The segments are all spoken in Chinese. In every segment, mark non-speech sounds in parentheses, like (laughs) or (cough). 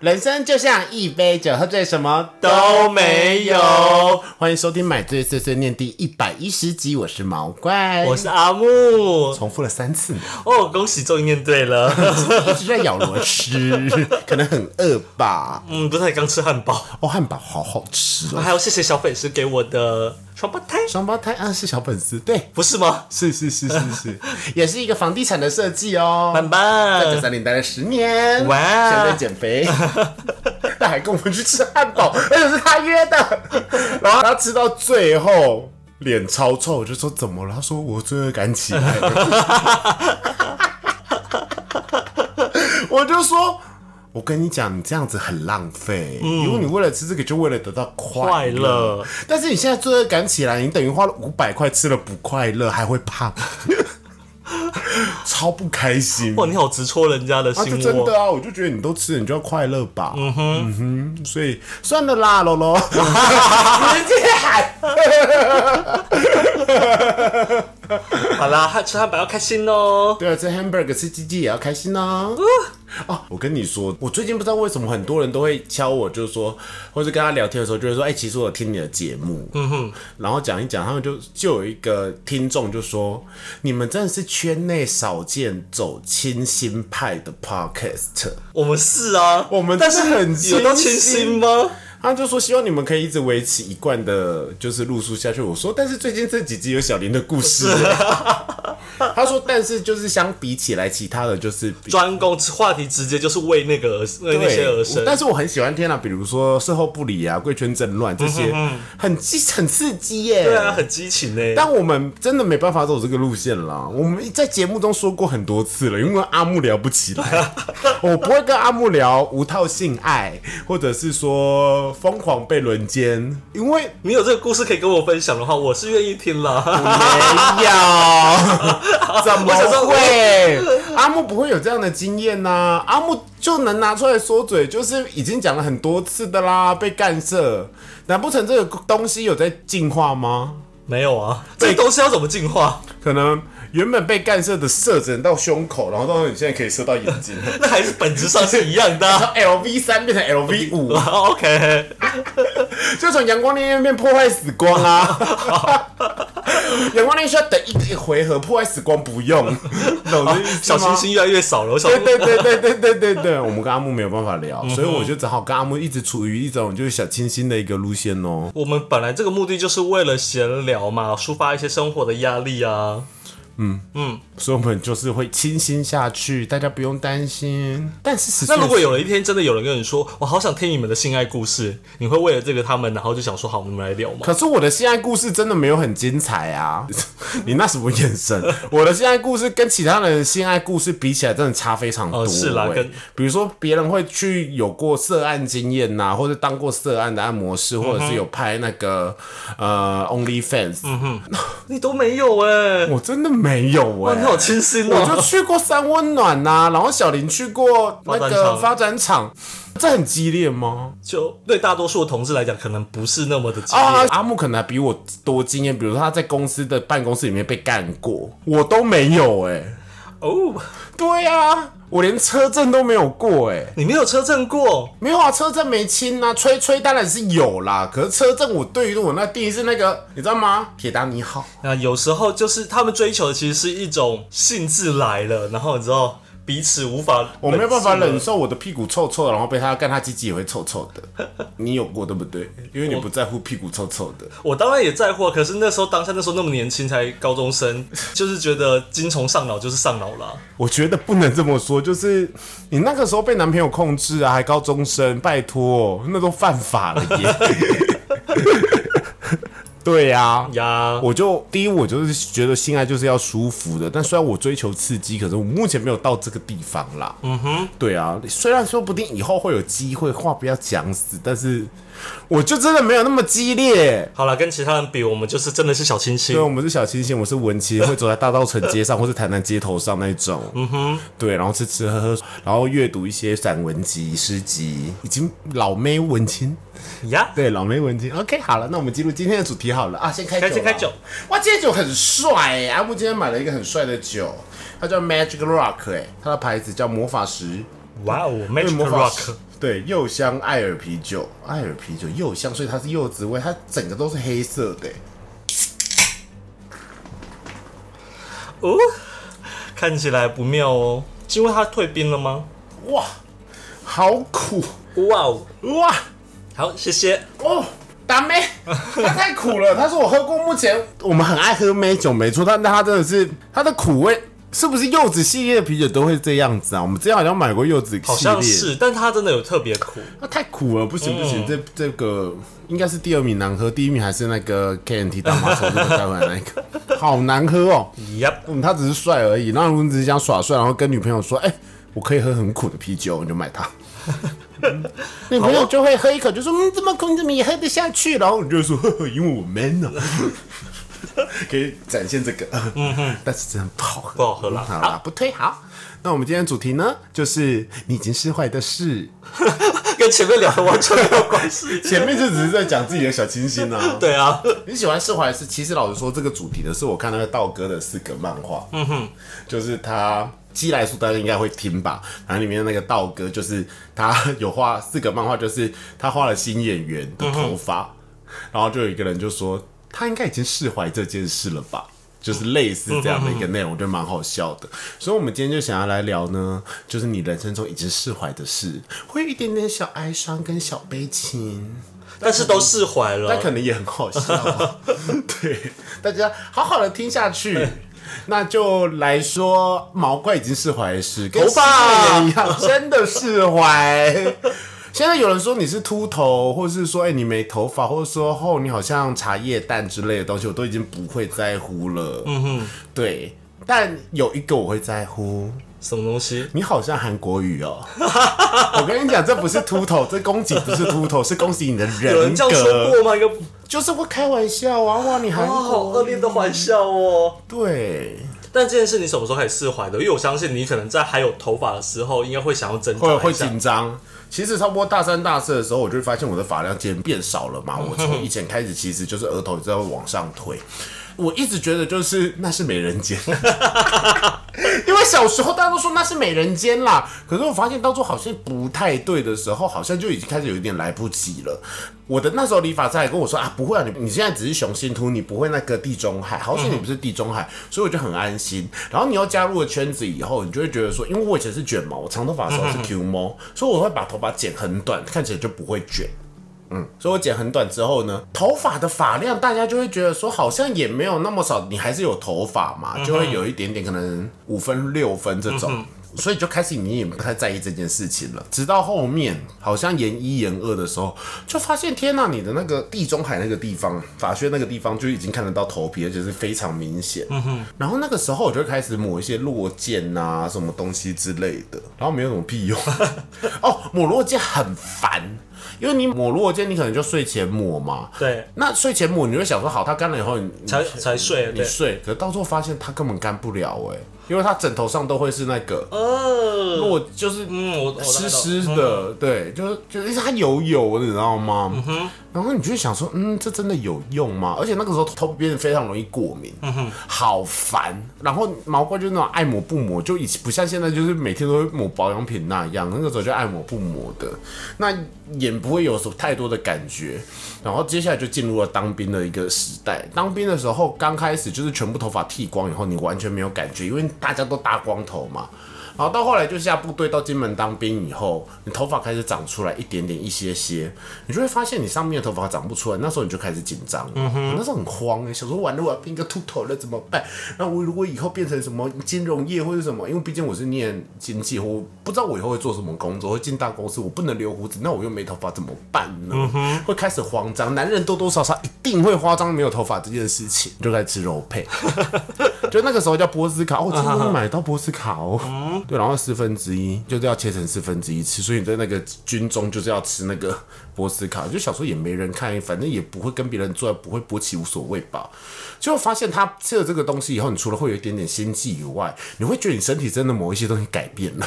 人生就像一杯酒，喝醉什么都没有。欢迎收听《买醉碎碎念》第一百一十集，我是毛怪，我是阿木。重复了三次呢，哦，恭喜终于念对了。 (laughs) 一直在咬螺丝， (laughs) 可能很饿吧。嗯，不是才刚吃汉堡，哦，汉堡好好吃哦。还有谢谢小粉丝给我的双胞胎，双胞胎啊，是小粉丝，对，不是吗？是是是是是， (laughs) 也是一个房地产的设计哦。板在九板，三零待了十年，哇现在在减 (laughs) 肥，他还跟我们去吃汉堡，而且是他约的，然后他吃到最后脸超臭，我就说怎么了？他说我罪恶感起来了，我就说。我跟你讲，你这样子很浪费，因为你为了吃这个，就为了得到快快乐。乐，但是你现在罪恶感起来，你等于花了五百块吃了不快乐，还会 (laughs) 胖，超不开心。哇，你好直戳人家的啊，心就真窝。的啊，我就觉得你都吃了，你就要快乐吧。嗯哼，所以算了啦，喽喽，直接喊。好啦，汉吃汉堡要开心哦。 (laughs) 对啊，吃 hamburger 吃鸡鸡也要开心哦。哦，我跟你说，我最近不知道为什么很多人都会敲我，就是说，或者跟他聊天的时候，就会说，哎、其实我有听你的节目，嗯哼，然后讲一讲，他们就就有一个听众就说，你们真的是圈内少见走清新派的 podcast。我们是啊，我们但真的很是有到清清新新吗？他就说希望你们可以一直维持一贯的，就是路数下去。我说，但是最近这几集有小林的故 (laughs) 事。他说，但是就是相比起来，其他的就是比专攻话题直接就是为那个而为那些而生我。但是我很喜欢听啊，比如说事后不理啊、贵圈争乱这些，很激很刺激耶。嗯对啊，很激情呢、但我们真的没办法走这个路线啦。我们在节目中说过很多次了，因为跟阿木聊不起 (laughs) 来，我不会跟阿木聊无套性爱，或者是说疯狂被轮奸，因为你有这个故事可以跟我分享的话，我是愿意听啦。没有， (laughs) 怎么我想说会？阿木不会有这样的经验呐、阿木就能拿出来说嘴，就是已经讲了很多次的啦，被干涉，难不成这个东西有在进化吗？没有啊，这个东西要怎么进化？可能原本被干涉的射只能到胸口，然后到你现在可以射到眼 (laughs) 睛，那还是本质上是一样的啊、 (laughs) 然后 LV 三变成 LV 五， OK，就从阳光烈焰变破坏死光 (laughs) 啊！阳光烈焰需要等一个回合，破坏死光不 (laughs) 用，懂这意思吗？小星星越来越少了。我想对对对对对对对对，我们跟阿木没有办法聊，嗯所以我就只好跟阿木一直处于一种就是小清新的一个路线哦。我们本来这个目的就是为了闲聊嘛，抒发一些生活的压力啊。所以我们就是会清新下去，大家不用担心。但是十岁那如果有了一天真的有人跟你说，我好想听你们的性爱故事，你会为了这个他们，然后就想说好，我们来聊吗？可是我的性爱故事真的没有很精彩啊！ (laughs) 你那什么眼神？我的性爱故事跟其他人的性爱故事比起来，真的差非常多、哦欸。是啦跟比如说别人会去有过涉案经验呐、或者当过涉案的按摩师，或嗯者是有拍那个、呃 OnlyFans，、你都没有哎、我真的没有哎、哇，你好清新我就哦。去过三温暖呐、然后小林去过那个发发展场，这很激烈吗？就对大多数的同志来讲，可能不是那么的激烈。啊，阿木可能还比我多经验，比如说他在公司的办公室里面被干过，我都没有哎、哦，对啊，我连车震都没有过哎、你没有车震过，没有啊，车震没亲啊，吹吹当然是有啦，可是车震我对于我那第一次那个，你知道吗？铁达尼号。那有时候就是他们追求的其实是一种兴致来了，然后你知道彼此无法，我没有办法忍。受我的屁股臭臭的，然后被他干，他鸡鸡也会臭臭的。你有过对不对？因为你不在乎屁股臭臭的。我当然也在乎啊，可是那时候当下那时候那么年轻，才高中生，就是觉得精虫上脑就是上脑啦。我觉得不能这么说，就是你那个时候被男朋友控制啊，还高中生，拜托，那都犯法了耶。 (laughs) 对呀、呀。我就第一，我就是觉得性爱就是要舒服的，但虽然我追求刺激，可是我目前没有到这个地方啦。嗯哼，对啊，虽然说不定以后会有机会，话不要讲死，但是我就真的没有那么激烈。好了，跟其他人比，我们就是真的是小清新对，。我们是小清新，我是文 (laughs) 青，会走在大稻城街上或是台南街头上那种。嗯哼，对，然后吃吃喝喝，然后阅读一些散文集、诗集，已经老妹文青。呀，对，老妹文青。OK，好了，那我们进入今天的主题好了啊，先开酒开啦。先开酒哇，今天酒很帅、欸，欸阿木今天买了一个很帅的酒，它叫 Magic Rock，哎、它的牌子叫魔法石哇哦因为，Magic 魔法师 Rock，对柚香艾尔啤酒，艾尔啤酒柚香，所以它是柚子味，它整个都是黑色的欸。哦，看起来不妙哦，是因为它退冰了吗？哇，好苦哇哦，哇好，谢谢。哦！达妹，它太苦了。它是我喝过目前我们很爱喝梅酒，没错，但但它真的是它的苦味，是不是柚子系列的啤酒都会这样子啊？我们之前好像买过柚子系列，好像是，嗯但它真的有特别苦。它太苦了，不行不行，这这个应该是第二名难喝，第一名还是那个 KNT 大麻手这个带回来那个，好难喝哦。 Yep，嗯，他只是帅而已。那如果你只是想耍帅，然后跟女朋友说：“哎、我可以喝很苦的啤酒，你就买 (laughs) 它。女朋友就会喝一口，就说：“嗯，这么苦，你怎么也喝得下去？”然后你就会说：“ (laughs) 呵呵，因为我 man (laughs) 啊。”可以展现这个，嗯哼，但是真的不好喝，嗯不好喝啦好啦，不推好。那我们今天的主题呢，就是你已经是坏的事。 (laughs) 跟前面两个完全没有关系。前面就只是在讲自己的小清新啊，对啊，你喜欢释怀是，其实老实说，这个主题的是我看那个道哥的四个漫画，嗯哼，就是他基来素大家应该会听吧，然后里面那个道哥就是他有画四个漫画，就是他画了新演员的头发，然后就有一个人就说他应该已经释怀这件事了吧。就是类似这样的一个内容，我觉得蛮好笑的。所以，我们今天就想要来聊呢，就是你人生中已经释怀的事，会有一点点小哀伤跟小悲情。但是都释怀了但。可能也很好 (laughs) 笑、哦啊。 (laughs) 对，大家好好的听下去。哎那就来说，毛怪已经释怀的事，跟头发新人一样，真的释怀。 (laughs) 现在有人说你是秃头，或是说哎、你没头发，或者说哦你好像茶叶蛋之类的东西，我都已经不会在乎了。嗯哼，对。但有一个我会在乎，什么东西？你好像韩国语 (laughs) 哦。我跟你讲，这不是秃头，这攻击不是秃头，是恭喜你的人格。有人这样说过吗？一个就是会开玩笑啊，哇，你韩哦，好国、恶劣的玩笑哦。对，但这件事你什么时候开始释怀的？因为我相信你可能在还有头发的时候，应该会想要挣会扎会一下。紧张。其实差不多大三大四的时候，我就会发现我的发量渐变少了嘛。我从以前开始，其实就是额头一直在往上推。我一直觉得就是那是美人尖，因为小时候大家都说那是美人尖啦，可是我发现当初好像不太对的时候，好像就已经开始有一点来不及了。我的那时候理发师还跟我说啊，不会啊，你你现在只是雄性秃，你不会那个地中海，好险你不是地中海，所以我就很安心。然后你又加入了圈子以后，你就会觉得说，因为我以前是卷毛，我长头发的时候是 Q 毛，所以我会把头发剪很短，看起来就不会卷。所以我剪很短之后呢，头发的发量大家就会觉得说好像也没有那么少，你还是有头发嘛，就会有一点点可能五分六分这种。所以就开始你也不太在意这件事情了，直到后面好像研一研二的时候，就发现天呐、你的那个地中海那个地方，发圈那个地方就已经看得到头皮，而且是非常明显。嗯哼。然后那个时候我就开始抹一些落剑啊，什么东西之类的，然后没有什么屁用。 (laughs) 哦，抹落剑很烦，因为你抹落肩，你可能就睡前抹嘛。对，那睡前抹，你会想说好，它干了以后你你才才睡。你对，睡，可是到最后发现它根本干不了哎、因为它枕头上都会是那个呃，落，就是嗯，我我湿湿的，对，就是就是它油油的，你知道吗？然后你就会想说，嗯，这真的有用吗？而且那个时候头皮变得非常容易过敏，好烦。然后毛怪就是那种爱抹不抹，就以前不像现在就是每天都会抹保养品那样，那个时候就爱抹不抹的，那也不会有什么太多的感觉。然后接下来就进入了当兵的一个时代。当兵的时候，刚开始就是全部头发剃光以后，你完全没有感觉，因为大家都大光头嘛。然后到后来就下部队到金门当兵以后，你头发开始长出来一点点一些些，你就会发现你上面的头发长不出来，那时候你就开始紧张了。我那时候很慌哎、想说完了我要变一个秃头了怎么办？那我如果以后变成什么金融业或者什么，因为毕竟我是念经济，我不知道我以后会做什么工作，会进大公司，我不能留胡子，那我又没头发怎么办呢？会开始慌张，男人多多少少一定会慌张没有头发这件事情，就开始吃肉配。 (laughs) 就那个时候叫波斯卡，哦我真的会买到波斯卡哦。对，然后四分之一就是要切成四分之一吃，所以你在那个军中就是要吃那个波斯卡。就小时候也没人看，反正也不会跟别人做，不会勃起，无所谓吧。结果发现他吃了这个东西以后，你除了会有一点点心悸以外，你会觉得你身体真的某一些东西改变了。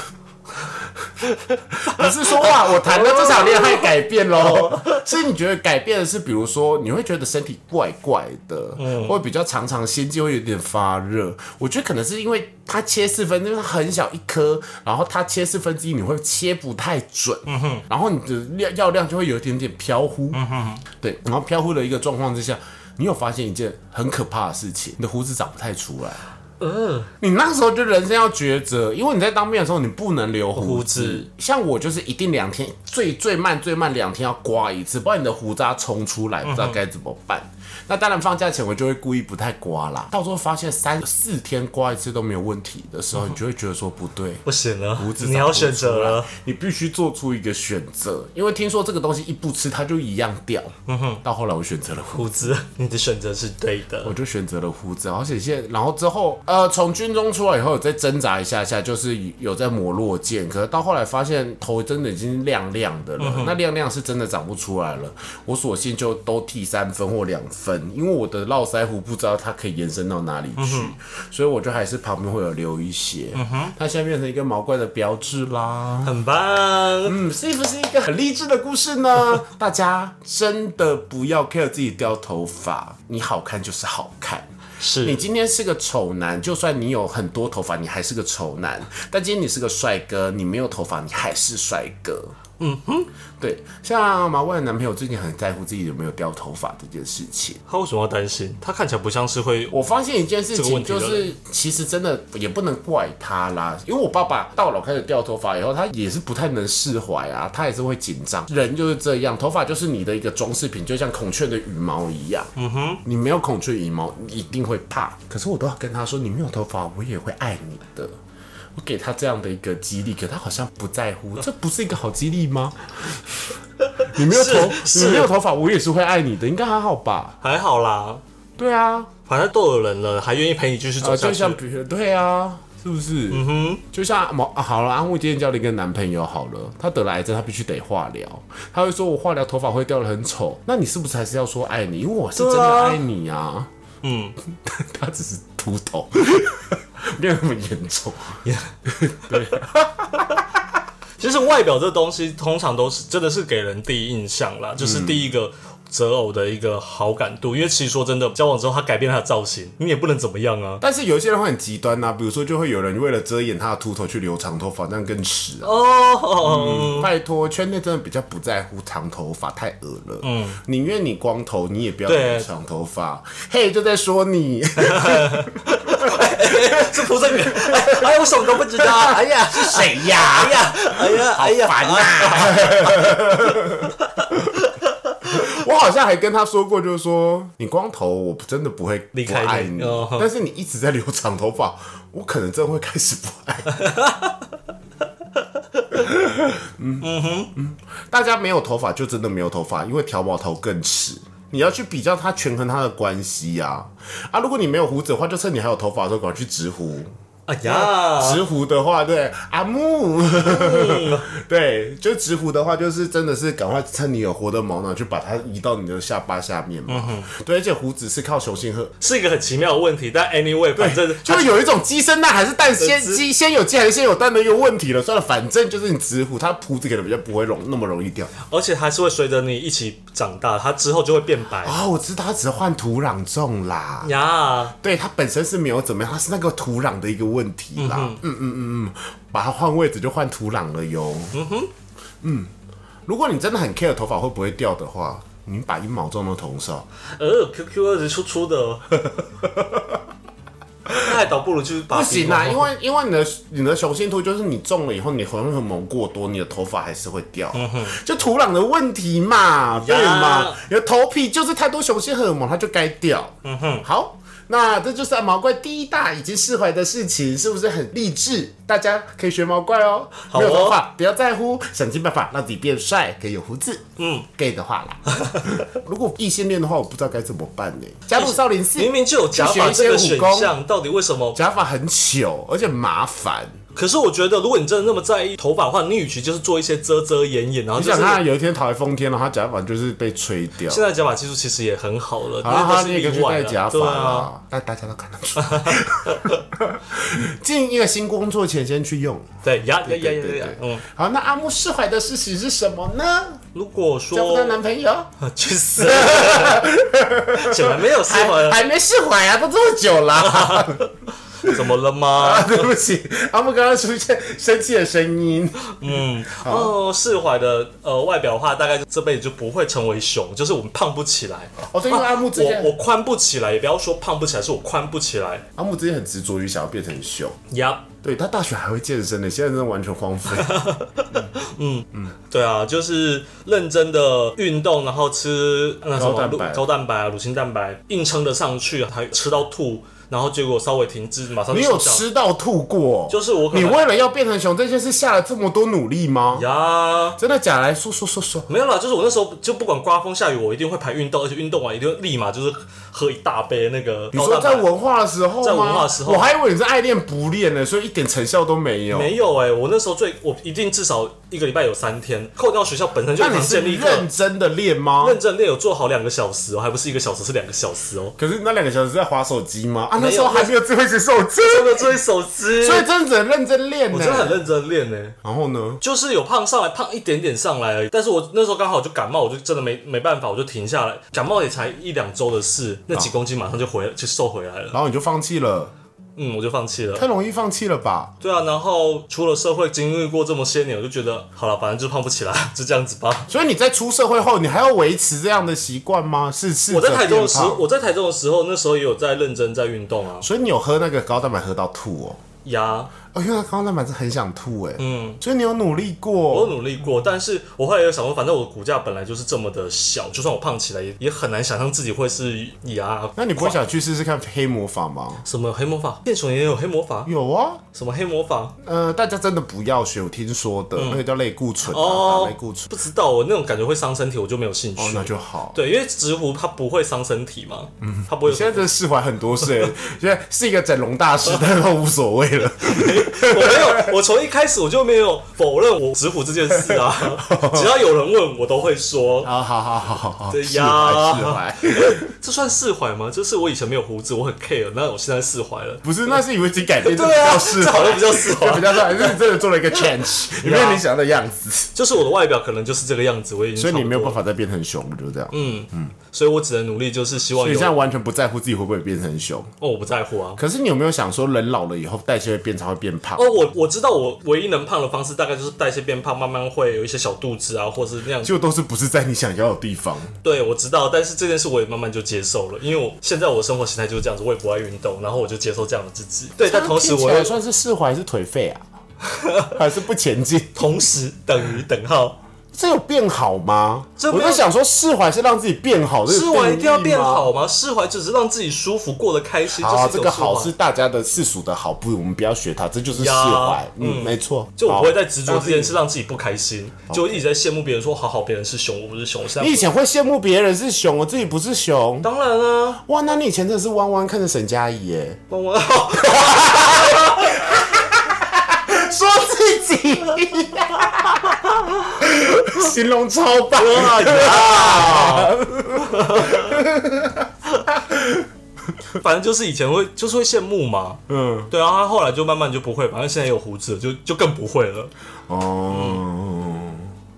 不是说哇，我谈了这场恋爱改变喽，是你觉得改变的是，比如说你会觉得身体怪怪的，或者比较常常心悸会有点发热。我觉得可能是因为它切四分，因为它很小一颗，然后它切四分之一，你会切不太准，然后你的量药量就会有一点点飘忽，对，然后飘忽的一个状况之下。你有发现一件很可怕的事情，你的胡子长不太出来。呃，你那时候就人生要抉择，因为你在当兵的时候你不能留胡子，胡子像我就是一定两天最最慢最慢两天要刮一次，不然你的胡渣冲出来，不知道该怎么办。那当然放假前我就会故意不太刮啦，到时候发现三四天刮一次都没有问题的时候，你就会觉得说不对。不行了胡，子你要选择了长不出来，，你必须做出一个选择，因为听说这个东西一不吃它就一样掉。嗯哼，到后来我选择了胡胡子， (laughs) 你的选择是对的我。就选择了胡子，而且现在，然后之后，呃，从军中出来以后，有再挣扎一下下，就是有在磨落剑，可是到后来发现头真的已经亮亮的嗯了，那亮亮是真的长不出来了，我索性就都剃三分或两分，因为我的络腮胡不知道它可以延伸到哪里嗯去，所以我就还是旁边会有留一些，它现在变成一个毛怪的标志啦。很棒，嗯，是不是一个很励志的故事 (laughs) 呢？大家真的不要 care 自己掉头发，你好看就是好看。你是今天是个丑男，就算你有很多头发，你还是个丑男。但今天你是个帅哥，你没有头发，你还是帅哥。嗯哼，对，像马万的男朋友最近很在乎自己有没有掉头发这件事情。他为什么要担心？他看起来不像是会我发现一件事这个情，问题就的是其实真的也不能怪他啦，因为我爸爸到老开始掉头发以后，他也是不太能释怀啊，他也是会紧张。人就是这样，头发就是你的一个装饰品，就像孔雀的羽毛一样。嗯哼，你没有孔雀羽毛，你一定会怕。可是我都要跟他说，你没有头发，我也会爱你的。我给他这样的一个激励，可他好像不在乎，嗯这不是一个好激励 (laughs) 吗？你没有头，是你没有头发，我也是会爱你的，应该还好吧？还好啦，对啊，反正都有人了，还愿意陪你继续走啊，下就去。像比如对啊，是不是？嗯哼，就像某、啊、好了，安慰今天交了一个男朋友好了，他得了癌症，他必须得化疗，他会说我化疗头发会掉的很丑，那你是不是还是要说爱你？因为我是真对的啊爱你啊。嗯， (laughs) 他只是秃头， (laughs) 没有那么严重。其实外表这东西通常都是真的是给人第一印象啦，就是第一个择偶的一个好感度。因为其实说真的，交往之后他改变他的造型，你也不能怎么样啊。但是有一些人会很极端呐、比如说就会有人为了遮掩他的秃头去留长头发，那样更耻啊。哦，拜托，圈内真的比较不在乎长头发，太恶了。嗯，宁愿你光头，你也不要对留长头发。嘿，就在说你。是不是这个？哎，我什么都不知 (laughs) 道。哎呀，是谁呀？ (laughs) 哎呀，哎呀，哎呀，烦呐、 (laughs) 我好像还跟他说过，就是说你光头，我真的不会离不开你爱你哦，但是你一直在留长头发，我可能真的会开始不爱 (laughs) 你。嗯嗯嗯哼，大家没有头发就真的没有头发，因为调毛头更耻。你要去比较它权衡它的关系呀、啊。如果你没有胡子的话，就趁你还有头发的时候赶快去植胡。哎呀，直胡的话，对阿木， (laughs) 对，就直胡的话，就是真的是赶快趁你有活的毛囊，就把它移到你的下巴下面嘛。对，而且胡子是靠雄性荷，是一个很奇妙的问题，但 anyway，反正就是有一种鸡生蛋还是蛋先直鸡先有鸡还是先有蛋的一个问题了。算了，反正就是你直胡，它胡子可能比较不会容那么容易掉。而且还是会随着你一起长大，它之后就会变白啊、我知道，它只是换土壤种啦。呀。对，它本身是没有怎么样，它是那个土壤的一个问题啦。嗯嗯嗯嗯，把它换位置就换土壤了哟。嗯哼，嗯，如果你真的很 care 头发会不会掉的话，你把阴毛种到头上，呃，QQ 二十出出的，哦 (laughs) 那还倒不如啊就是把不行啊啦，因为因为你的你的雄性秃就是你种了以后，你荷尔蒙过多，你的头发还是会掉，嗯就土壤的问题嘛，对嘛？你的头皮就是太多雄性荷尔蒙，它就该掉。嗯哼，好。那这就是啊毛怪第一大已经释怀的事情，是不是很励志？大家可以学毛怪哦。哦没有头发不要在乎，想尽办法让自己变帅，可以有胡子。嗯，gay 的话 (laughs) 啦，如果异性恋的话，我不知道该怎么办呢、加入少林寺，明明就有假去学发一这些个武选功项，到底为什么？假发很糗，而且麻烦。可是我觉得，如果你真的那么在意头发的话，你与其就是做一些遮遮掩掩，然后你就是想他有一天讨厌风天了，他假发就是被吹掉。现在假发技术其实也很好了，好了，那他都那是个例去外戴啦假发对啊，啦，但大家都看得出来。 (laughs) 进一个新工作前先去用。对呀呀呀对呀对呀对，，嗯，好，那阿木释怀的事情是什么呢？如果交不说到男朋友， (laughs) 去死，显然没有释怀还了，还没释怀啊，都这么久啦。怎么了吗？ (laughs) 啊，对不起，阿木刚刚出现生气的声音。嗯，哦，释怀的呃外表的话，大概就这辈子就不会成为熊，就是我们胖不起来。啊哦，对，因为阿木之我前，我宽不起来，也不要说胖不起来，是我宽不起来。阿木之前很执着于想要变成熊，呀、对他大学还会健身呢，现在真的完全荒废。对啊，就是认真的运动，然后吃那什么高蛋白乳高蛋白啊、乳清蛋白，硬撑得上去，还吃到吐，然后结果稍微停滞，马上就你有睡觉？吃到吐过？就是我可你能为了要变成熊这件事下了这么多努力吗？呀。真的假的？来说说说说。没有啦，就是我那时候就不管刮风下雨，我一定会排运动，而且运动完一定会立马就是喝一大杯那个你高说蛋白。在文化的时候吗？在文化的时候我还以为你是爱练不练呢，所以一点成效都没有。没有哎、我那时候最我一定至少一个礼拜有三天，扣掉学校本身就那已你经是建立一个认真的练吗？认真练，有做好两个小时哦，还不是一个小时，是两个小时哦。可是那两个小时在划手机吗？啊，没有那时候还没有智慧型手机，真的追手机，所以真的只能认真练我真的很呢。认真练欸呢、然后呢？就是有胖上来，胖一点点上来而已。但是我那时候刚好就感冒，我就真的没没办法，我就停下来。感冒也才一两周的事，那几公斤马上就回就瘦回来了。然后你就放弃了，嗯，我就 (laughs) 放弃了。 (laughs) 太容易放弃了吧？对啊，然后出了社会，经历过这么些年，我就觉得好了，反正就胖不起来，就这样子吧。所以你在出社会后，你还要维持这样的习惯吗？是是。我在台中的时候，候，我在台中的时候，那时候也有在认真在运动啊，所以你有喝那个高蛋白喝到吐哦。呀，哦，因为那高蛋白是很想吐哎。嗯，所以你有努力我有过。努力过，但是我后来有想过，反正我的骨架本来就是这么的小，就算我胖起来，也也很难想象自己会是呀。那你不会想去试试看黑魔法吗？什么黑魔法？变熊也有黑魔法？有啊，什么黑魔法？呃，大家真的不要学，我听说的，那个叫类固醇啊，打嗯哦类固，醇，不知道，我那种感觉会伤身体，我就没有兴哦，趣。那就好。对，因为直壶它不会伤身体嘛，嗯，它不会有现在真的释怀很多事， (laughs) 现在是一个整容大师，但是都无所谓 (laughs) 了。 (laughs) 我没有，我从一开始我就没有否认我直虎这件事 (laughs) 啊。只要有人问我，都会说。啊，好好好好好，对释呀怀释怀，这算释怀吗？就是我以前没有胡子，我很 care，那我现在释怀了。不是，那是因为已经改变，这对啊，叫释这怀 (laughs) 好，像比较释 (laughs) 这怀比。较算，这是真的做了一个 (laughs) change，没有你想的样子，就是我的外表可能就是这个样子，我已经所以你没有办法，法再变成熊，就这样。嗯，所以我只能努力，就是希望你哦有现在完全不在乎自己会不会变成熊，哦，我不在乎啊。可是你有没有想说，人老了以后代谢会变差，会变胖哦，？我我知道，我唯一能胖的方式大概就是代谢变胖，慢慢会有一些小肚子啊，或是那样。就都是不是在你想要的地 (laughs) 方。对，我知道，但是这件事我也慢慢就接受了，因为我现在我的生活形态就是这样子，我也不爱运动，然后我就接受这样的自己。对，但同时我也又算是释怀，还是颓废啊， (laughs) 还是不前进？同时等于等号，这有变好吗？这没我有在想说，释怀是让自己变好，这有释怀一定要定义变吗。好吗？释怀只是让自己舒服，过得开心，好、啊就是一这种个释好怀是大家的世俗的好，不，我们不要学它，这就是释呀怀。嗯，没错。就我好不会再执啊着这件事，让自己不开心，就一直在羡慕别人说好好，别人是熊，我不是熊。我现在你以前会羡慕别人是熊，我自己不是熊。当然啊，哇，那你以前真的是弯弯看着沈佳宜耶，汪汪，说自己，形容超棒啊！ (laughs) 反正就是以前会就是会羡慕嘛，嗯，对啊，他后来就慢慢就不会，反正现在有胡子了，就就更不会了哦，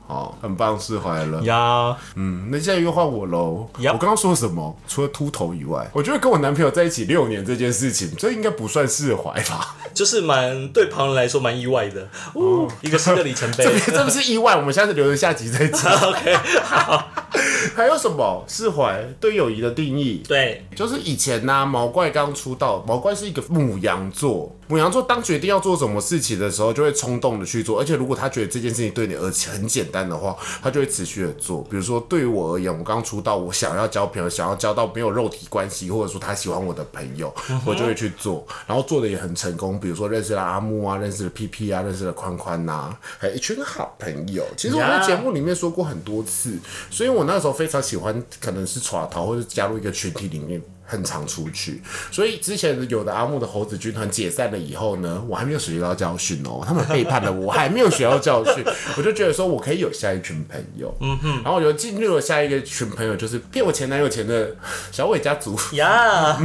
好，很棒，释怀了。呀。嗯，那现在又换我喽。 Yup 我刚刚说什么？除了秃头以外，我觉得跟我男朋友在一起六年这件事情，这应该不算释怀吧？就是蛮对旁人来说蛮意外的，哦，一个新的里程 (laughs) 碑这。不这不是意外，我们下次留着下集再讲。 (laughs) OK， (laughs) 还有什么释怀对友谊的定义？对，就是以前呢、毛怪刚出道，毛怪是一个母羊座，母羊座当决定要做什么事情的时候，就会冲动的去做，而且如果他觉得这件事情对你而且很简单的话，他就会持续的做。比如说对于我而言，我刚出道，我想要交朋友，想要交到没有肉体关系，或者说他喜欢我的朋友，我就会去做，然后做的也很成功。比如说认识了阿木啊，认识了 PP 啊，认识了宽宽呐、还有一群好朋友。其实我在呀节目里面说过很多次，所以我那时候非常喜欢，可能是耍逃或者加入一个群体里面，很常出去。所以之前有的阿木的猴子军团解散了以后呢，我还没有学到教训哦，他们背叛了我，我还没有学到教训，我就觉得说我可以有下一群朋友，嗯哼，然后我就进入了下一个群朋友，就是骗我前男友钱的小伟家族，呀，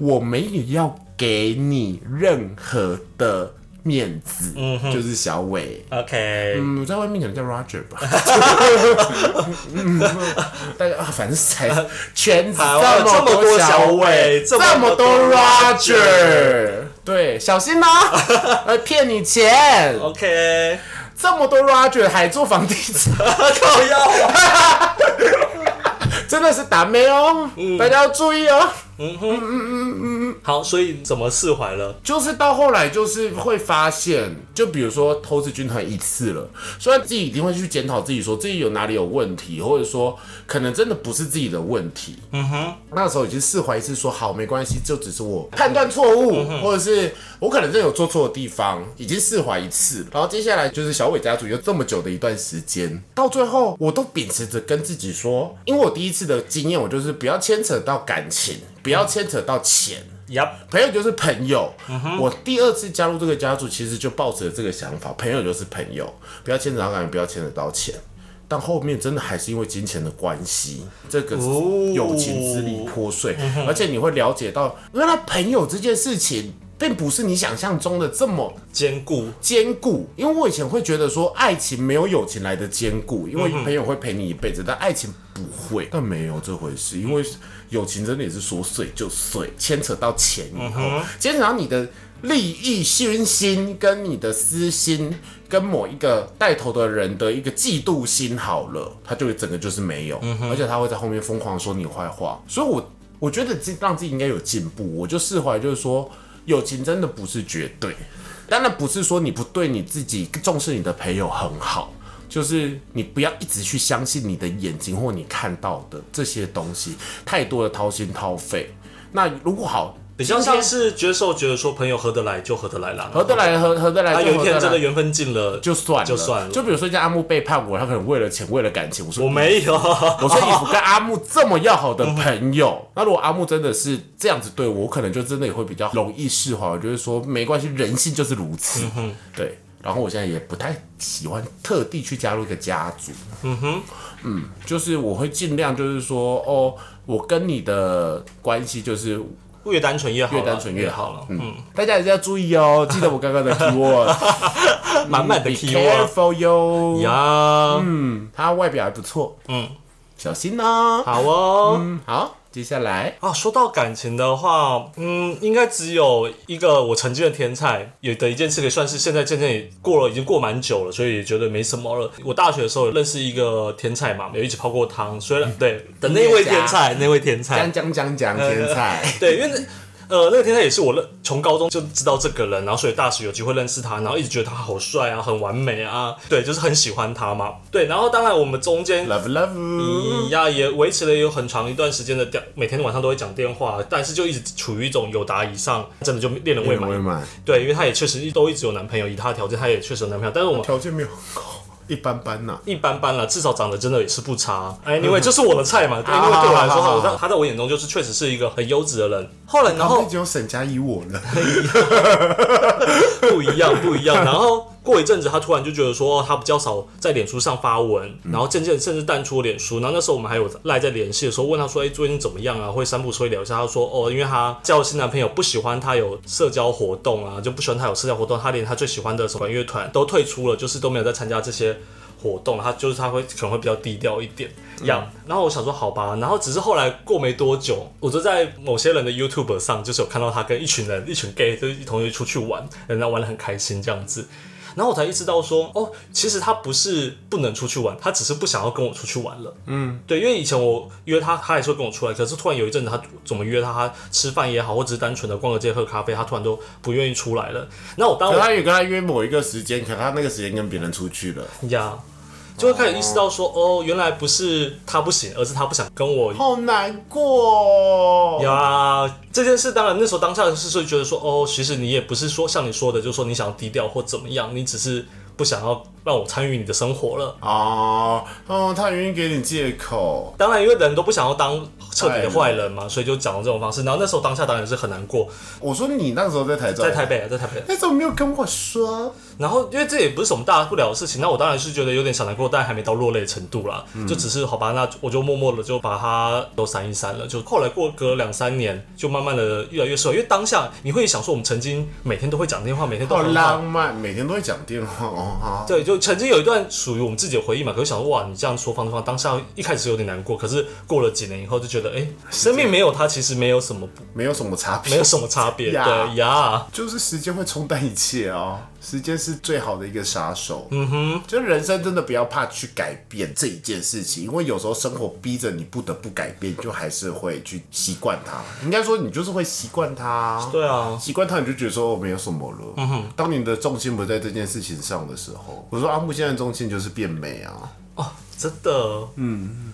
我没有要给你任何的面子，就是小伟， OK，嗯，在外面可能叫 Roger (laughs) 吧，嗯，大家啊，反正才圈子台湾这么多伟，哎这这么么多多 Roger Roger，对，小 (laughs) 心呐、呃，骗你钱， OK， (laughs) 这么多 Roger 还做房地产，靠腰啊，真的是打妹哦，嗯大家要注意哦。好，所以怎么释怀了？就是到后来，就是会发现，就比如说偷吃军团一次了，虽然自己一定会去检讨自己，说自己有哪里有问题，或者说可能真的不是自己的问题。嗯哼，那时候已经释怀一次说，好没关系，就只是我判断错误，或者是我可能真的有做错的地方，已经释怀一次了。然后接下来就是小伟家族有这么久的一段时间，到最后我都秉持着跟自己说，因为我第一次的经验，我就是不要牵扯到感情，不要牵扯到钱。呀，朋友就是朋友。我第二次加入这个家族，其实就抱持了这个想法，朋友就是朋友，不要牵扯到感情，不要牵扯到钱。但后面真的还是因为金钱的关系，这个友情支离破碎，而且你会了解到，原来朋友这件事情。并不是你想象中的这么兼顾坚固，因为我以前会觉得说爱情没有友情来的坚固，因为朋友会陪你一辈子，但爱情不会，嗯但没有这回事，因为友情真的也是说碎就碎，牵扯到钱以后，嗯牵扯到你的利益熏心跟你的私心。跟某一个带头的人的一个嫉妒心好了，他就整个就是没有，而且他会在后面疯狂说你坏话，所以我我觉得自让自己应该有进步，我就释怀，就是说友情真的不是绝对，当然不是说你不对你自己重视你的朋友很好，就是你不要一直去相信你的眼睛或你看到的这些东西，太多的掏心掏肺。那如果好，比较今像天是接受，觉得说朋友合得来就合得来啦，合得来合合得来啊，就有一合得天真的来。缘分尽了，就算了，就算了就比如说，像阿木背叛我，他可能为了钱，为了感情，我说我没 (laughs) 有， (laughs) 我说你不跟阿木这么要好的朋友， (laughs) 那如果阿木真的是这样子对我，我可能就真的也会比较容易释怀。我就会说没关系，人性就是如此。对，然后我现在也不太喜欢特地去加入一个家族。嗯哼，嗯，就是我会尽量就是说，哦，我跟你的关系就是越单纯越好啦，越单纯越好了。嗯，大家也是要注意哦，记得我刚刚 (laughs) 的 keyword，嗯满满的 be keyword careful 嗯哟。呀，他外表还不错，嗯，小心哦。好哦。嗯，好，接下来。啊，说到感情的话，嗯，应该只有一个我曾经的天菜，有的一件事可以算是现在渐渐也过了，已经过蛮久了，所以也觉得没什么了。我大学的时候有认识一个天菜嘛，有一起泡过汤，虽然对的那位天菜，那位天菜讲，讲讲讲天才，对，因为那。呃，那个天才也是我认，从高中就知道这个人，然后所以大学有机会认识他，然后一直觉得他好帅啊，很完美啊，对，就是很喜欢他嘛，对，然后当然我们中间 love love，呀，也维持了有很长一段时间的电，每天晚上都会讲电话，但是就一直处于一种有达以上，真的就恋人未我满。也买，对，因为她也确实一都一直有男朋友，以她的条件，她也确实有男朋友，但是我们条件没有很好，一般般呐。一般般了，至少长得真的也是不差。哎，因 (laughs) 为就是我的菜嘛，对，因为对我来好好说，好他他在我眼中就是确实是一个很优质的人。后来，然旁后边只有沈佳宜我了，不一样，不一样。然后过一阵子，他突然就觉得说，哦他比较少在脸书上发文，然后渐渐甚至淡出脸书。然后那时候我们还有赖在联系的时候，问他说，哎、最近怎么样啊？会三不五时会聊一下。他说，哦，因为他交新男朋友，不喜欢他有社交活动啊，就不喜欢他有社交活动。他连他最喜欢的什么管乐团都退出了，就是都没有在参加这些。活动，他就是他会可能会比较低调一点样。然后我想说好吧，然后只是后来过没多久，我就在某些人的 YouTube 上，就是有看到他跟一群人、一群 gay 就是一同学出去玩，人家玩的很开心这样子。然后我才意识到说，哦，其实他不是不能出去玩，他只是不想要跟我出去玩了。嗯，对，因为以前我约他，他也是会跟我出来，可是突然有一阵子，他怎么约他，他吃饭也好，或者是单纯的逛个街喝咖啡，他突然都不愿意出来了。那我当可我他也跟他约某一个时间，可他那个时间跟别人出去了，呀，就会开始意识到说，哦，原来不是他不行，而是他不想跟我。好难过哦。呀，这件事当然那时候当下是是觉得说，哦，其实你也不是说像你说的，就是说你想要低调或怎么样，你只是不想要让我参与你的生活了。哦哦，他愿意给你借口，当然，因为人都不想要当彻底的坏人嘛，所以就讲了这种方式。然后那时候当下当然是很难过，我说你那时候在台中，在台，北啊，在台北。那怎么没有跟我说？然后因为这也不是什么大不了的事情，那我当然是觉得有点小难过，但还没到落泪的程度啦。就只是好吧，那我就默默的就把它都删一删了。就后来过隔两三年，就慢慢的越来越少，因为当下你会想说，我们曾经每天都会讲电话，每天都好很好浪漫，每天都会讲电话哦。好对，就曾经有一段属于我们自己的回忆嘛，可是想说哇，你这样说方的话，当下一开始有点难过，可是过了几年以后就觉得，哎、生命没有他其实没有什么不没有什么差别，没有什么差别，呀对呀，就是时间会冲淡一切哦， (laughs) 时间是最好的一个杀手。嗯哼，就人生真的不要怕去改变这一件事情，因为有时候生活逼着你不得不改变，你就还是会去习惯它。应该说你就是会习惯它，对啊，习惯它你就觉得说哦没有什么了。嗯哼，当你的重心不在这件事情上的时候，我说阿木现在的重心就是变美啊。哦，真的，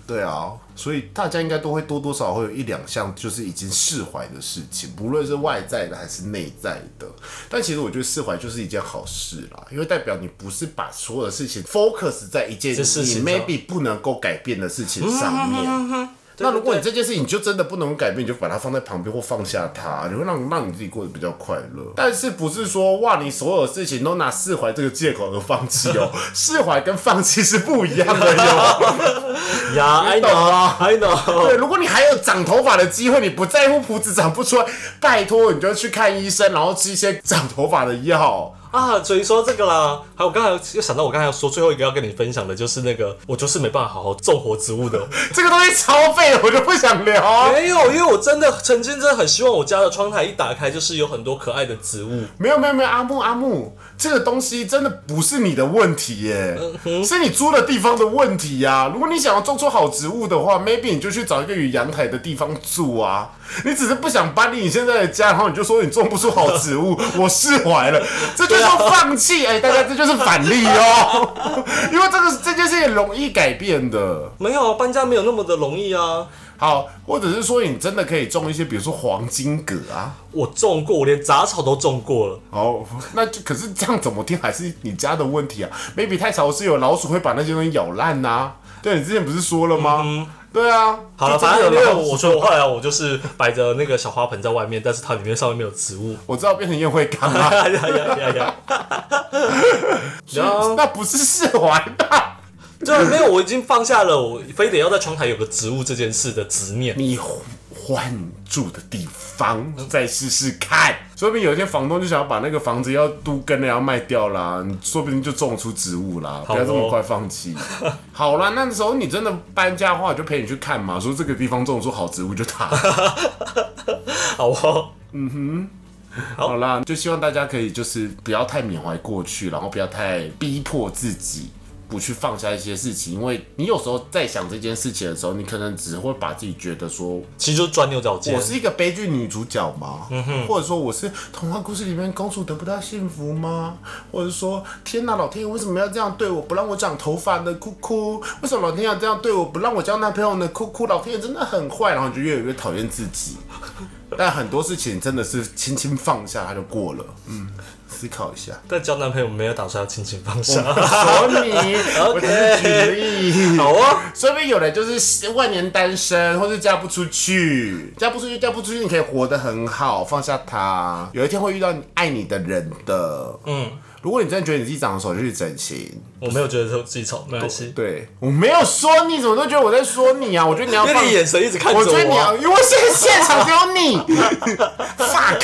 对啊，所以大家应该都会多多少少会有一两项就是已经释怀的事情，不论是外在的还是内在的。但其实我觉得释怀就是一件好事啦，因为代表你不是把所有的事情 focus 在一件这事你情上嗯 maybe 不能够改变的事情上面。对那如果你这对件事情你就真的不能改变，你就把它放在旁边或放下它，你会让让你自己过得比较快乐。但是不是说哇，你所有事情都拿释怀这个借口而放弃哦？释怀跟放弃是不一样的哟。呀，I 懂 know 啊 I know，对，如果你还有长头发的机会，你不在乎胡子长不出来，拜托你就去看医生，然后吃一些长头发的药。啊，所以说这个啦，还有我刚才又想到，我刚才要说最后一个要跟你分享的就是那个，我就是没办法好好种活植物 (laughs) 的，这个东西超废的，我就不想聊。没有，因为我真的曾经真的很希望我家的窗台一打开就是有很多可爱的植物，没有没有没有，阿木阿木，这个东西真的不是你的问题耶，是你租的地方的问题呀、如果你想要种出好植物的话，maybe 你就去找一个有阳台的地方住啊。你只是不想搬离你现在的家，然后你就说你种不出好植物，我释怀了，这就叫放弃。哎、大家这就是反例哦，因为这个这件事情容易改变的。没有啊，搬家没有那么的容易啊。好，或者是说你真的可以种一些，比如说黄金葛啊。我种过，我连杂草都种过了。哦， (laughs) 那就可是这样怎么听还是你家的问题啊？maybe 太潮湿，有老鼠会把那些东西咬烂呐、对你之前不是说了吗？对啊，嗯好了，就真反的正有因为老鼠我说我后来啊我就是摆着那个小花盆在外面，但是它里面上面没有植 (laughs) 物。我知道变成宴会缸啊，哎呀呀呀呀呀！ (laughs) 然后 (laughs) 那不是啊释怀吧？就啊没有，我已经放下了，我非得要在窗台有个植物这件事的执念。你换住的地方再试试看，说不定有一天房东就想要把那个房子要都跟了，要卖掉啦，你说不定就种出植物啦，好哦不要这么快放 (laughs) 弃。好啦，那时候你真的搬家的话，我就陪你去看嘛，说这个地方种出好植物就它。好哦，好啦，就希望大家可以就是不要太缅怀过去，然后不要太逼迫自己。不去放下一些事情，因为你有时候在想这件事情的时候，你可能只会把自己觉得说，其实就是钻牛角尖我。是一个悲剧女主角吗？或者说我是童话故事里面公主得不到幸福吗？或者说，天哪，老天爷为什么要这样对我，不让我长头发呢？哭哭，为什么老天爷要这样对我，不让我交男朋友呢？哭哭，老天爷真的很坏，然后你就越来越讨厌自己。但很多事情真的是轻轻放下，它就过了。嗯，思考一下。但交男朋友没有打算要轻轻放下。 (laughs) 说你， (laughs) 我只是举例。好哦，说不定有人就是万年单身，或是嫁不出去，嫁不出去，嫁不出去，你可以活得很好，放下他，有一天会遇到你爱你的人的。嗯，如果你真的觉得你自己长得丑，就去整形。我没有觉得说自己丑，没关系。对我没有说你，怎么都觉得我在说你啊？我觉得你要因为放你。眼神一直看 (laughs) 着我觉得你我啊要，，因为我 (laughs) 现在现场只有你，fuck，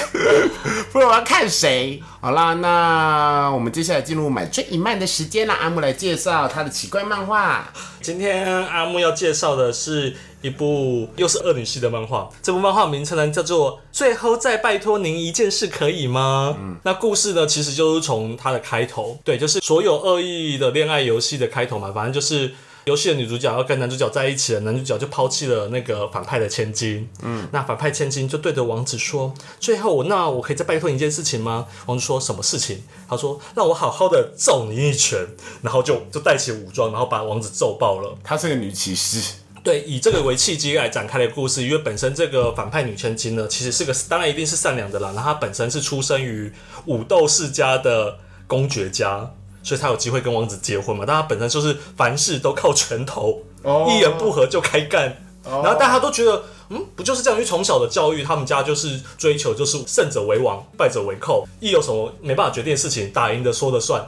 不 (laughs) 然我要看谁？好啦，那我们接下来进入买最一漫的时间啦。阿木来介绍他的奇怪漫画。今天阿木要介绍的是一部又是恶女系的漫画，这部漫画名称呢叫做《最后再拜托您一件事可以吗》。嗯，那故事呢其实就是从它的开头，对，就是所有恶意的恋爱游戏的开头嘛，反正就是。游戏的女主角要跟男主角在一起了，男主角就抛弃了那个反派的千金。嗯，那反派千金就对着王子说：“最后我那我可以再拜托你一件事情吗？”王子说什么事情？他说：“让我好好的揍你一拳。”然后就就带起武装，然后把王子揍爆了。她是个女骑士，对，以这个为契机来展开的故事，因为本身这个反派女千金呢，其实是个当然一定是善良的啦，然后她本身是出生于武斗世家的公爵家，所以他有机会跟王子结婚嘛。但他本身就是凡事都靠拳头，哦一言不合就开干，哦然后大家都觉得。嗯，不就是这样？因为从小的教育，他们家就是追求就是胜者为王，败者为寇。一有什么没办法决定的事情，打赢的说了算。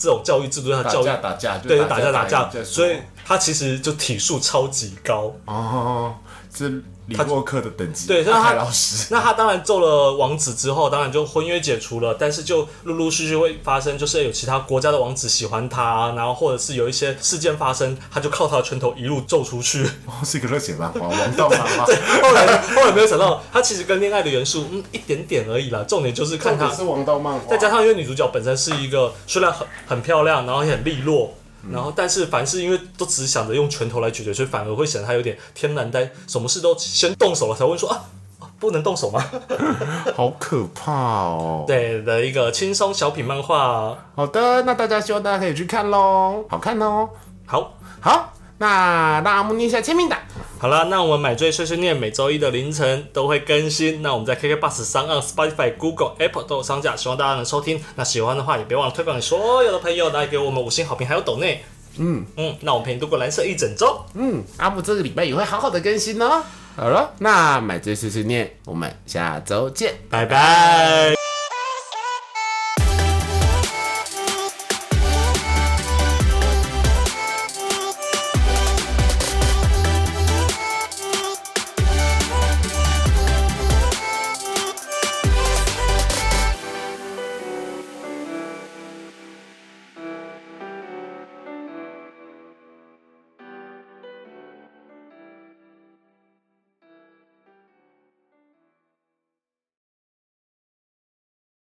这种教育制度下，打教育架打架，就对打架打赢再架，说所以他其实就体术超级高。哦，这李洛克的等级，啊 (laughs) 对但阿他凯老师，那他当然揍了王子之后，当然就婚约解除了，但是就陆陆续续会发生，就是有其他国家的王子喜欢他，啊然后或者是有一些事件发生，他就靠他的拳头一路揍出去。哦是一个热血漫画，王道漫 (laughs) 画，后来后来没有想到，他其实跟恋爱的元素，嗯，一点点而已啦。重点就是重看他点是王道漫画，再加上因为女主角本身是一个虽然很很漂亮，然后也很利落，嗯然后但是凡事因为都只想着用拳头来解决，所以反而会显得她有点天然呆，什么事都先动手了才会说啊。啊不能动手 (laughs) 吗？好可怕哦。对的一个轻松小品漫画。好的，那大家希望大家可以去看喽，好看哦。好，好，那让阿木念一下签名档。好啦，那我们买醉碎碎念每周一的凌晨都会更新。那我们在 KK Bus 上、岸 Spotify、Google、Apple 都有上架，希望大家能收听。那喜欢的话也别忘了推广给所有的朋友，来给我们五星好评，还有抖内。嗯嗯，那我们陪你度过蓝色一整周。嗯，阿木这个礼拜也会好好的更新哦。好了，那买醉碎碎念，我们下周见。拜拜。